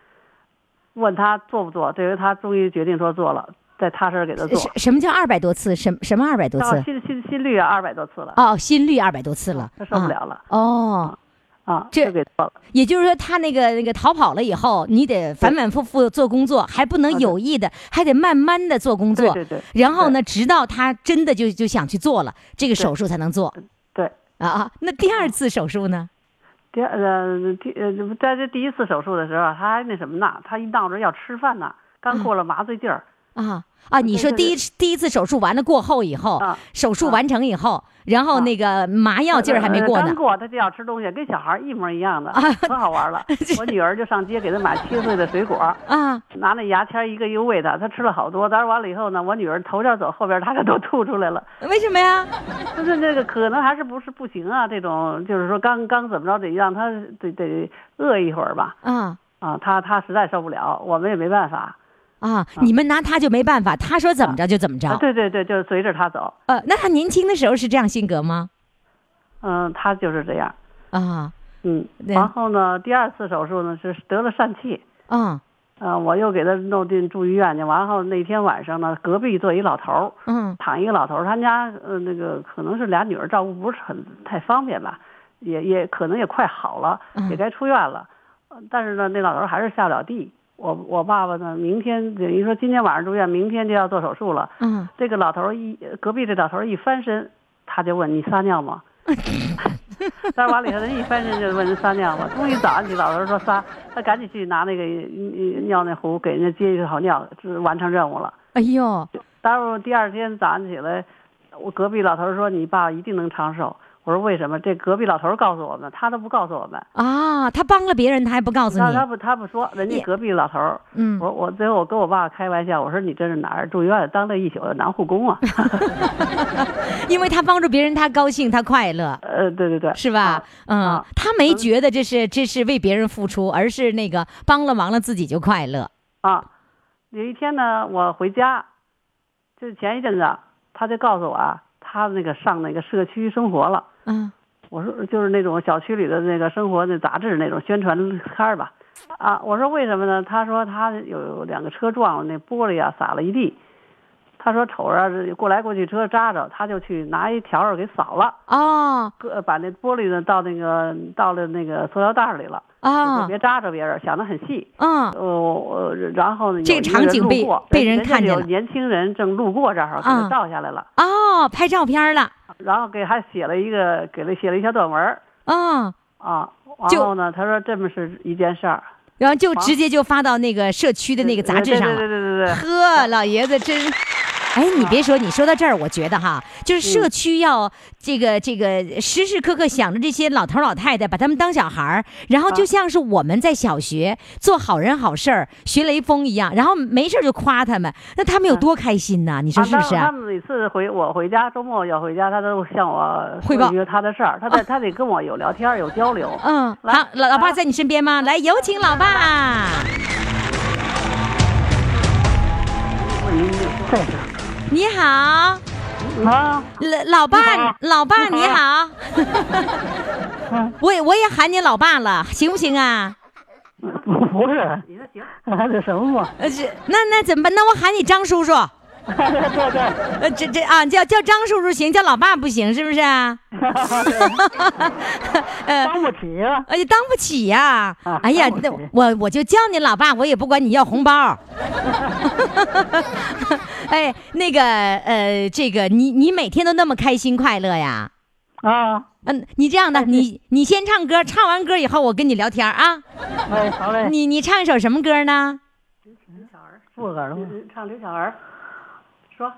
问他做不做，这回他终于决定说做了，再踏实给他做
什。什么叫二百多次？什么什么二百多
到
次？
心心心率啊，二百多次了，
哦，心率二百多次了，
他受不
啊
了了
哦，
啊，
这
就给做了。
也就是说，他那个那个逃跑了以后，你得反反复复做工作，还不能有意的，还得慢慢的做工
啊对
作。
对对
然后呢，直到他真的就就想去做了，这个手术才能做
嗯对。
啊啊。那第二次手术呢？
第二呃第呃，在这第一次手术的时候，啊他还那什么呢？他一闹着要吃饭呢，
嗯
刚过了麻醉劲儿，
啊啊，你说
对
第一次第一次手术完了过后以后
啊，
手术完成以后，然后那个麻药劲儿还没过
呃
呢啊
刚。过他就要吃东西，跟小孩一模一样的，可好玩
<laughs>
了。我女儿就上街给他买切碎的水果，
啊，
拿那牙签一个一个喂他，他吃了好多。当然完了以后呢，我女儿头前走，后边他这都吐出来了。
为什么呀？
就是这个可能还是不是不行啊？这种就是说刚刚怎么着得让他得得饿一会儿吧。
啊
啊，他他实在受不了，我们也没办法。
啊，你们拿他就没办法，他说怎么着就怎么
啊
着。
对对对，就是随着他走。
呃，那他年轻的时候是这样性格吗？
嗯，他就是这样。
啊
嗯，
对
然后呢，第二次手术呢是得了疝气，
啊
啊，我又给他弄进住医院去。完后那天晚上呢，隔壁坐一老头儿，
嗯
躺一个老头儿，他们家呃那个可能是俩女儿照顾不是很太方便吧，也也可能也快好了，也该出院了。呃但是呢，那老头儿还是下不了地。我我爸爸呢，明天等于说今天晚上住院，明天就要做手术了。
嗯，
这个老头儿一隔壁这老头儿一翻身，他就问你撒尿吗？
<laughs>
但是往里头人一翻身就问人撒尿吗？终于早上起老头儿说撒，他赶紧去拿那个嗯尿那壶给人家接一好尿，这完成任务了。
哎呦，
待会儿第二天早上起来，我隔壁老头儿说你爸一定能长寿。我说为什么？这隔壁老头儿告诉我们，他都不告诉我们，
啊，他帮了别人，他还不告诉
他他
你？
不他不说，人家
也
隔壁老头儿。
嗯
我我最后我跟我爸开玩笑，我说你这是哪儿住院当了一宿的男护工啊？
<laughs>
<laughs>
因为他帮助别人，他高兴，他快
<laughs>
乐，
呃，对对对，
是吧
啊？
嗯
啊，嗯
他没觉得这是这是为别人付出，而是那个帮了忙了自己就快乐。
啊，有一天呢，我回家，就是前一阵子，他就告诉我啊，他那个上那个社区生活了。
嗯
我说就是那种小区里的那个生活那杂志那种宣传刊儿吧，啊，我说为什么呢？他说他有两个车撞了，那玻璃啊洒了一地，他说瞅着啊过来过去车扎着，他就去拿一笤帚给扫了，
哦
搁把那玻璃呢倒那个倒了那个塑料袋儿里了，就
啊
说别扎着别人，想得很细。
嗯
呃，我然后呢，有
这个
一
场
人
景
路
被
过
被
人
人
家
看见
有
了
年轻人正路过这儿，给
啊
他照下来了，
哦，拍照片了。
然后给还写了一个给了写了一小短文儿。
嗯，
啊，然
就
后呢，他说这么是一件事儿，
然后就直接就发到那个社区的那个杂志上
啊对
了
对。对对对对，
呵，老爷子真。嗯哎，你别说，你说到这儿，我觉得哈，就是社区要这个这个时时刻刻想着这些老头老太太，把他们当小孩儿，然后就像是我们在小学做好人好事儿、学雷锋一样，然后没事儿就夸他们，那他们有多开心呐？你说 <laughs> 是不是
啊当
啊？
他们每次回我回家，周末要回家，他都向我
汇报啊
说一个他的事儿，他得他得跟我有聊天儿有交流。
嗯，
来
好，老老爸
来
在你身边吗？来，有请老爸。你好，
啊，
老老爸，老爸你好， <laughs> 我也我也喊你老爸了，行不行啊？
不是，那
<laughs>
是什么嘛？
呃，这那那怎么办？那我喊你张叔叔，
对对，
呃，这这啊，叫叫张叔叔行，叫老爸不行，是不是 <laughs> 啊？呃，
当不起啊！
哎呀，当不起呀、
啊
哎呀
当，不
那
起
我我就叫你老爸，我也不管你要红包。 <laughs> 哎，那个呃，这个你你每天都那么开心快乐呀？
啊，
嗯，你这样的，你你先唱歌，唱完歌以后我跟你聊天啊。
哎，好嘞，
你你唱一首什么歌呢？
不敢了嘛。
唱刘巧儿，说，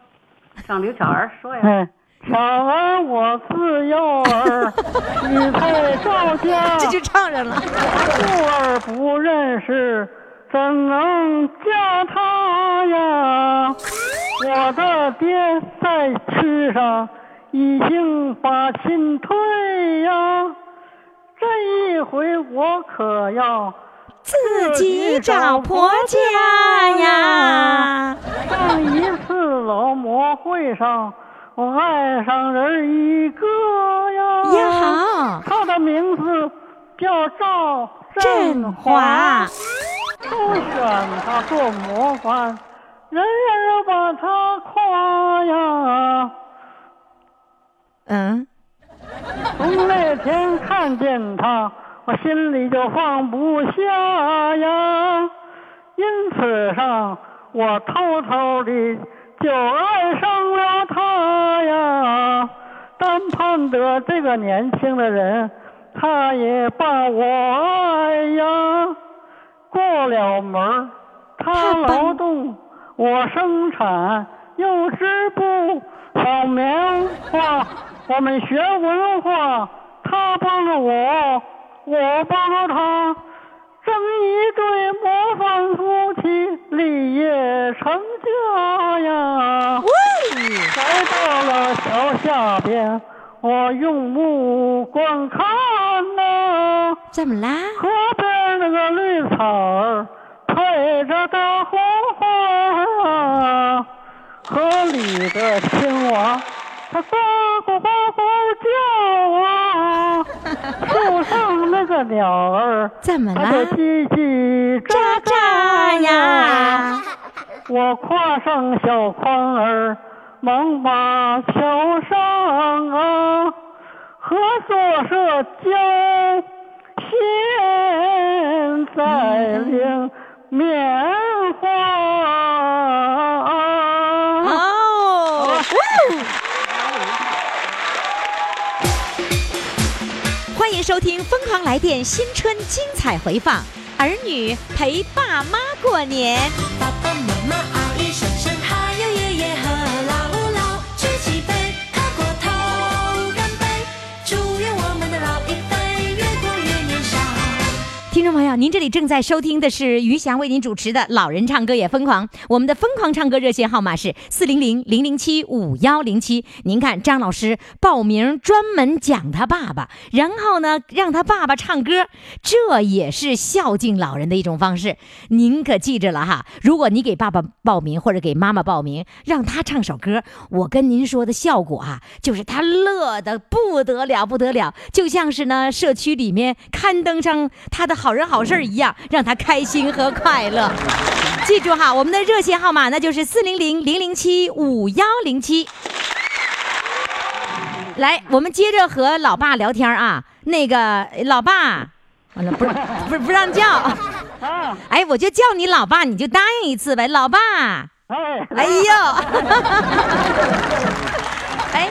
唱刘巧 <laughs> 儿说呀，
哎，小儿我自幼
<laughs>
儿，女配赵家，
这就唱上了。
父儿不认识，
怎能叫他呀？我的爹在世上已经把心退呀，这一回我可要
自己找婆家呀。
上一次劳模会上，我爱上人一个呀。
呀好
他的名字叫赵
振华，
不选他做模范，人人把他夸呀。
嗯，
从那天看见他，我心里就放不下呀。因此上，我偷偷的就爱上了他呀。但盼得这个年轻的人，他也把我爱呀。过了门儿，他劳动，我生产，又织布，纺棉花，我们学文化，他帮着我，我帮着他，争一对模范夫妻，立业成家呀。来到了桥下边，我用目光看呐、
怎么啦？
河边那个绿草儿配着大红花啊，河里的青蛙它呱呱呱呱叫啊，树上那个鸟儿
怎么
它就
啦？
叽叽喳
喳呀！
我跨上小筐儿，忙把桥上啊，合作社交现在领棉花啊。
哦，欢迎收听《疯狂来电》新春精彩回放，《儿女陪爸妈过年》。
爸爸妈妈、阿姨、婶婶，还有爷爷和姥姥，举起杯，喝过头，干杯！祝愿我们的老一辈越过越年少。
听众朋友，您这里正在收听的是于翔为您主持的《老人唱歌也疯狂》，我们的疯狂唱歌热线号码是四零零零零七五幺零七。您看，张老师报名专门讲他爸爸，然后呢让他爸爸唱歌，这也是孝敬老人的一种方式。您可记着了哈，如果你给爸爸报名或者给妈妈报名，让他唱首歌，我跟您说的效果啊，就是他乐的不得了，不得了，就像是呢社区里面刊登上他的好人好事儿一样，让他开心和快乐。记住哈，我们的热线号码呢就是四零零零零七五幺零七。来，我们接着和老爸聊天啊。那个老爸，完了不是不是不让叫，
啊，
哎，我就叫你老爸，你就答应一次呗，老
<laughs>
爸。
哎，
哎呦， <laughs> 哎，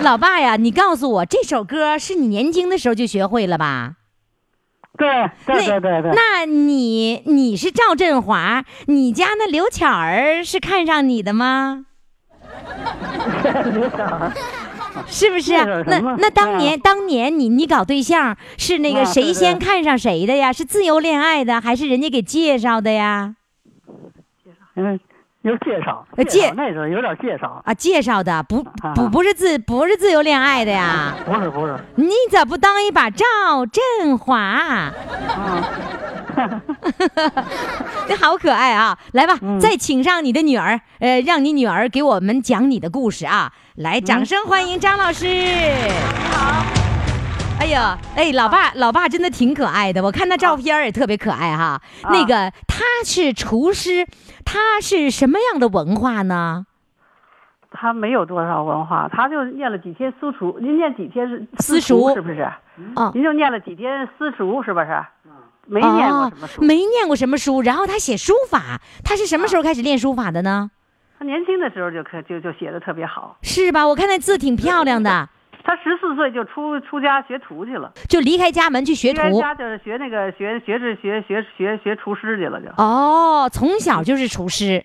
老爸呀，你告诉我这首歌是你年轻的时候就学会了吧？
对对对对对，
那你你是赵振华，你家那刘巧儿是看上你的吗？是不是啊
那有？
那
什么哎
那当年、当年你你搞对象是那个
啊对
谁
对
先看上谁的呀？是自由恋爱的，还是人家给介绍的呀？
嗯，有介绍，
呃介
绍那时候有点介绍，
啊，介绍的，不不
啊
不是自不是自由恋爱的呀？
不是不是，
你咋不当一把赵振华？
哦 <laughs>
<laughs> 你好可爱啊！来吧，
嗯
再请上你的女儿，呃，让你女儿给我们讲你的故事啊！来，掌声欢迎张老师。你好。
嗯
哎呦，哎，老爸，老爸真的挺可爱的，我看他照片儿也特别可爱哈。
啊
那个他是厨师，他是什么样的文化呢？
他没有多少文化，他就念了几天私塾，您念几天是
私
塾
塾
是不是？
啊
您就念了几天私塾是不是？没念过什么书。
啊
啊
没念过什么书，然后他写书法，他是什么时候开始练书法的呢？
他年轻的时候就可就就写的特别好，
是吧？我看那字挺漂亮的，
<laughs>
他十四岁就出出家学徒去了，
就离开家门去学
学完
徒。
家就是学那个学学制学学学学厨师去了就
哦，从小就是厨师。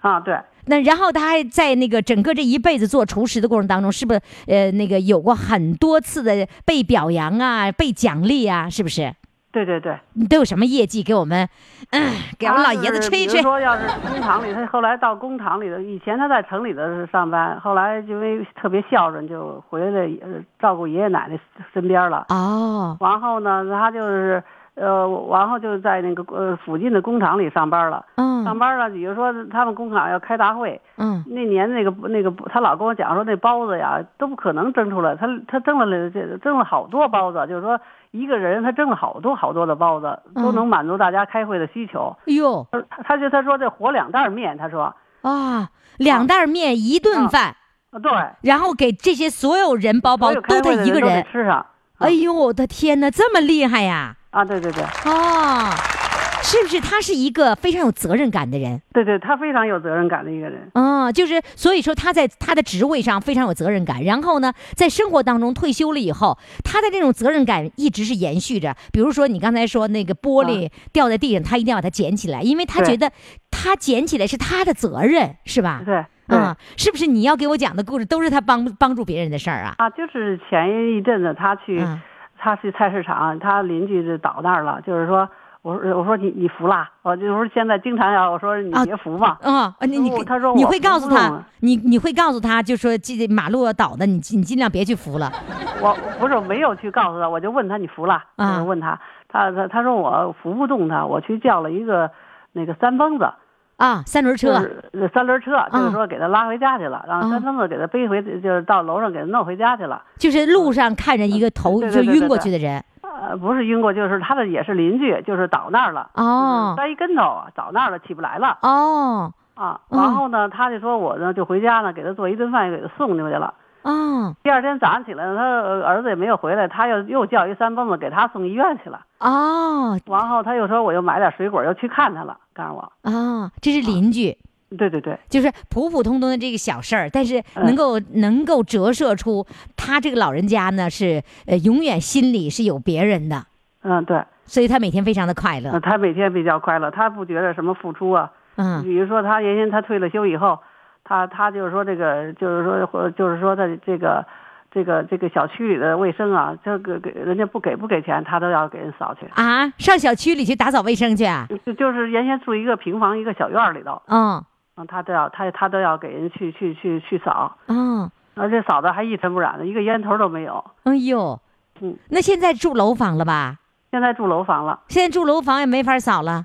啊对。
那然后他还在那个整个这一辈子做厨师的过程当中，是不是呃那个有过很多次的被表扬啊、被奖励啊？是不是？
对对对，
你都有什么业绩给我们，嗯，给我们老爷子
他是
吹一
比
吹
如。说，要是工厂里，他后来到工厂里头，以前他在城里头上班，后来就因为特别孝顺，就回来呃照顾爷爷奶奶身边了。
哦，
然后呢，他就是呃，然后就在那个呃附近的工厂里上班了。上
嗯
班了，比如说他们工厂要开大会，
嗯，
那年那个那个，他老跟我讲说那包子呀都不可能蒸出来，他他蒸了这蒸了好多包子，就是说一个人他蒸了好多好多的包子，都
嗯
能满足大家开会的需求。
哎呦
他他就他说这和两袋面，他说，
啊，两袋面一顿
啊
饭，
呃对，
然后给这些所有人包包
所有开
都他
会的
一个
都得嗯
人。
吃上
哎呦，我的天哪，这么厉害呀！
啊，对对对
哦，是不是他是一个非常有责任感的人？
对对，他非常有责任感的一个人，
嗯，就是所以说他在他的职位上非常有责任感，然后呢，在生活当中退休了以后，他的这种责任感一直是延续着。比如说你刚才说那个玻璃嗯掉在地上，他一定要把它捡起来，因为他觉
对
得他捡起来是他的责任，是吧？
对对、
啊、是不是你要给我讲的故事都是他帮帮助别人的事儿啊？
啊，就是前一阵子他去、
嗯
他去菜市场，他邻居就倒那儿了，就是说。我说我说你你服啦，我就说现在经常要我说你
啊
别服嘛， <laughs>
啊、你你
哦他说
你
我
会
不
告诉
弄
他嗯
了，
你你会告诉他，就说这马路要倒的，你你尽量别去扶了。
我不是我没有去告诉他，我就问他你服了，
啊
就是问他，他他他说我扶不动他，我去叫了一个那个三蹦子，
啊，三轮
就
车，啊
是呃三轮车，就是说给他拉回家去了，然后三蹦子给他背回，就是到楼上给他弄回家去了。
就是路上看着一个头
嗯对对
就
对对
晕过
对
去的人，
呃，不是晕过，就是他的也是邻居，就是倒那儿了，
哦
就是摔一跟头啊倒那儿了，起不来了
哦
啊。
嗯
然后呢，他就说我呢就回家呢，给他做一顿饭，给他送出去了。
哦
第二天早上起来呢，他呃儿子也没有回来，他又又叫一三蹦子给他送医院去了。
哦
然后他又说我又买点水果，又去看他了，告诉我。
哦，这
嗯
是邻居，
对对对，
就是普普通通的这个小事儿，但是
嗯
能够、能够折射出他这个老人家呢是呃永远心里是有别人的，
嗯对，
所以他每天非常的快乐
呃，他每天比较快乐，他不觉得什么付出啊。
嗯
比如说他原先他退了休以后，他他就是说这个就是说或就是说他这个这个这个小区里的卫生啊，这个给人家不给不给钱，他都要给人扫去。
啊，上小区里去打扫卫生去啊，
就就是原先住一个平房一个小院儿里头，
嗯
嗯，他都要他他都要给人去去去去扫，
嗯。
而且扫的还一尘不染的，一个烟头都没有。
哎呦，
嗯
那现在住楼房了吧？
现在住楼房了
现在住楼房也没法扫了。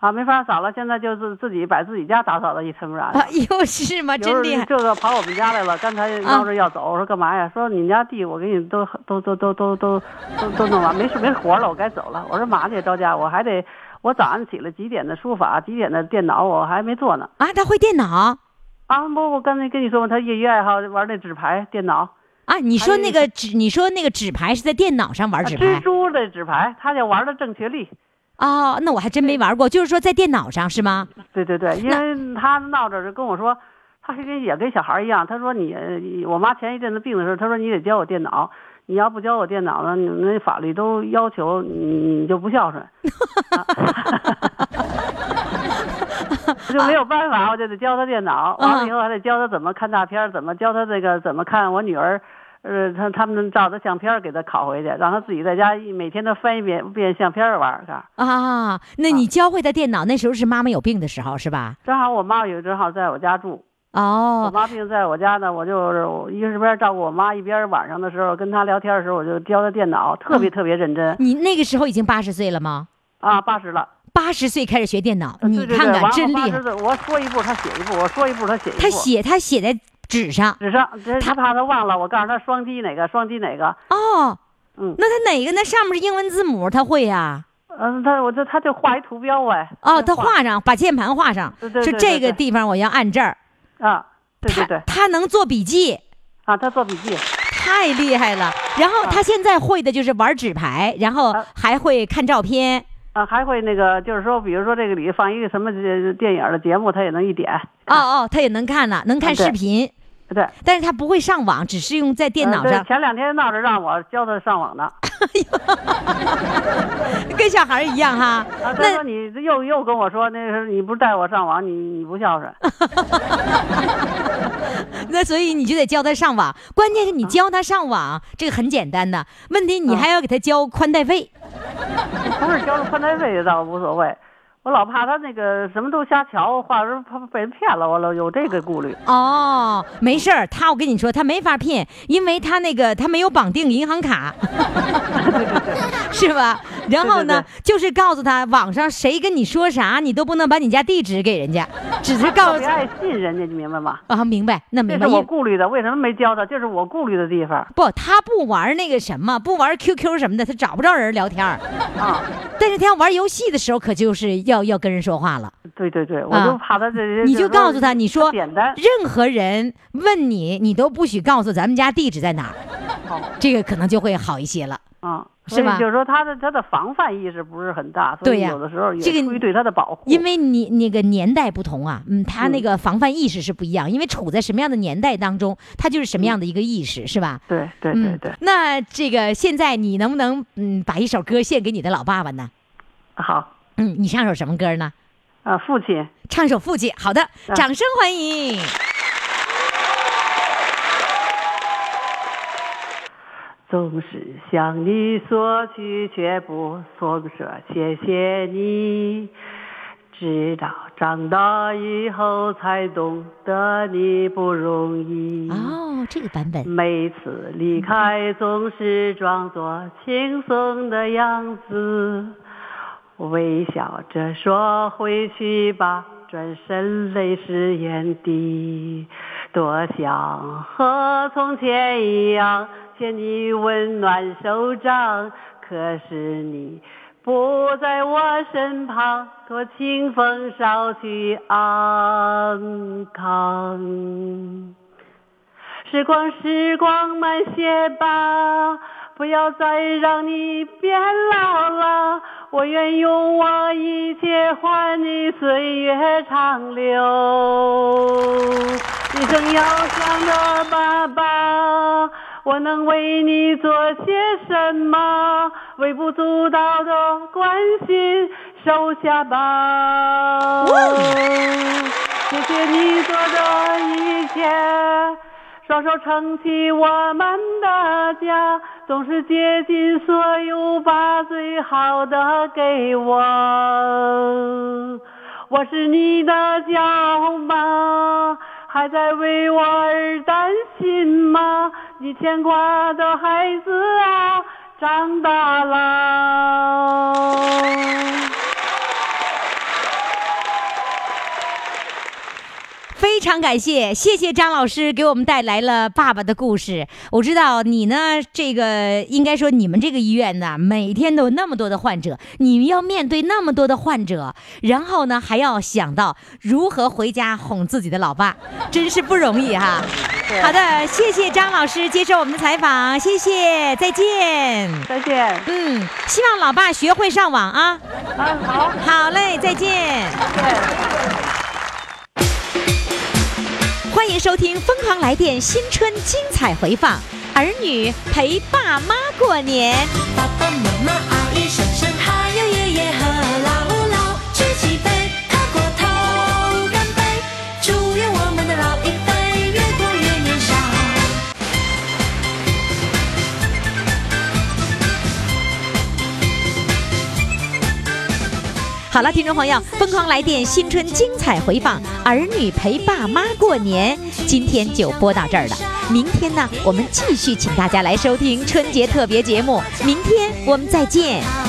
啊，没法扫了，现在就自自己把自己家打扫的一尘不染
<laughs>
的。
哎呦，是吗？
啊有时
真
候
厉害。啊
这个跑我们家来了，刚才闹着要走，我说干嘛呀？说你们家地我给你都都都都都都都都弄完，没事没活了，我该走了。我说嘛去着家，我还得我早上起来几点的书法，几点的电脑，我还没做呢。
啊，他会电脑
啊，不，我刚才跟你说嘛，他业余爱好玩那纸牌电脑，
啊？你说
还有
那
一
个纸，你说那个纸牌是在电脑上玩
啊
纸
蜘
牌？
蛛的纸牌，他就玩的正确力。
哦，那我还真没玩过，就是说在电脑上是吗？
对对对，因为他闹着就跟我说，他跟也跟小孩一样，他说你呃我妈前一阵子病的时候，他说你得教我电脑，你要不教我电脑呢，你们那法律都要求你你就不孝顺， <laughs> 啊、我就没有办法，我就得教他电脑，完了以后还得教他怎么看大片儿，怎么教他这个怎么看我女儿。呃，他他们照着相片儿给他拷回去，让他自己在家一每天都翻一遍遍相片儿玩儿，是吧
啊，那你教会他电脑，那时候是妈妈有病的时候是吧？
正好我妈有正好在我家住，我
哦，
妈病在我家呢，我就是我一边照顾我妈，一边晚上的时候跟她聊天的时候，我就教她电脑，特
嗯
别特别认真
你那个时候已经八十岁了吗？
啊，八十了。
八十岁开始学电脑，你
啊对对
看
对
看，真厉害。
害！我说一步，她写一步；我说一步，她写一步。
他写他写在纸上
纸上，这她怕她忘了。我告诉她双击哪个，双击哪个。
哦，
嗯
那他哪个那上面是英文字母，他会呀、
嗯，她我就她就画一图标哎。
哦，他
她
画上，把键盘画上，
对对
就
对
这
对
个
对
地方我要按这儿。
啊，对对对
他他能做笔记，
啊，她做笔记。
太厉害了。然后他现在会的就是玩纸牌，然后
啊
还会看照片。
啊，还会那个，就是说，比如说这个里放一个什么呃电影的节目，她也能一点。
哦哦，他也能看了，能看
啊对
视频，
对，
但是他不会上网，只是用在电脑
呃对
上，
前两天闹着让我教她上网呢。
<laughs> 跟小孩儿一样哈。
啊，他
那
说你又又跟我说，那是你不是带我上网，你你不
<laughs>
孝顺。
那所以你就得教他上网，关键是
啊
你教他上网，这个很简单的，问题你还要给他交宽带费。
不是儿交了宽带费倒无所谓，我老怕他那个什么都瞎瞧，话说怕被人骗了，我老有这个顾虑。
哦，没事儿，他我跟你说，他没法骗，因为他那个他没有绑定银行
<laughs>
卡，是吧？然后呢，就是告诉他网上谁跟你说啥，你都不能把你家地址给人家，只是告
特
诉
<laughs> 别爱信人家，你明白吗？
啊，明白？那
这
明白
是。我
因
顾虑的，为什么没教他？这是我顾虑的
<laughs>
地方
不，他不玩那个什么，不玩 QQ 什么的，他找不着人聊天儿。
啊！
但是他要玩游戏的时候，可就是要要跟人说话了。
对对对，我就怕他这些。
啊你
是
就
说
告诉他，你说
简单，
任何人问你，你都不许告诉咱们家地址在哪儿，这个可能就会好一些了。
啊，
是
所以
吧
就是说他的他的防范意识不是很大，所
对
以
呀
有的时候也
这个
出于对他的保护。
因为你那个年代不同啊，嗯，他那个防范意识是不一样，因为处在什么样的年代当中，他就是什么样的一个意识，是吧？
对对对
嗯
对，，
那这个现在你能不能嗯把一首歌献给你的老爸爸呢？
好
嗯，你唱首什么歌呢？
啊，父亲，
唱首《父亲》。好的，
嗯
掌声欢迎。
总是向你索取，却不松手，谢谢你。直到长大以后才懂得你不容易。
哦，这个版本
每次离开总是装作轻松的样子，微笑着说回去吧，转身泪湿眼底。多想和从前一样，牵你温暖手掌，可是你。不在我身旁，托清风捎去安康。时光，时光慢些吧，不要再让你变老了。我愿用我一切换你岁月长流。一生要强的爸爸，我能为你做些什么？微不足道的关心，收下吧。谢谢你做的一切。双手撑起我们的家，总是竭尽所有把最好的给我。我是你的骄傲吗？还在为我而担心吗？你牵挂的孩子啊，长大了。
非常感谢，谢谢张老师给我们带来了爸爸的故事。我知道你呢，这个应该说你们这个医院呢，每天都有那么多的患者，你们要面对那么多的患者，然后呢还要想到如何回家哄自己的老爸， <laughs> 真是不容易哈。好的，谢谢张老师接受我们的采访，谢谢，再见。
再见。
嗯，希望老爸学会上网啊。
嗯，好。
好嘞，再见。欢迎收听《疯狂来电》新春精彩回放，儿女陪爸妈过年。
爸爸妈妈、阿姨、婶婶，还有爷爷和姥姥，举起杯，喝过头，干杯！祝愿我们的老一辈越过越年少。
好了，听众朋友，《疯狂来电》新春精彩回放，儿女陪爸妈过年，今天就播到这儿了。明天呢，我们继续请大家来收听春节特别节目。明天我们再见。
好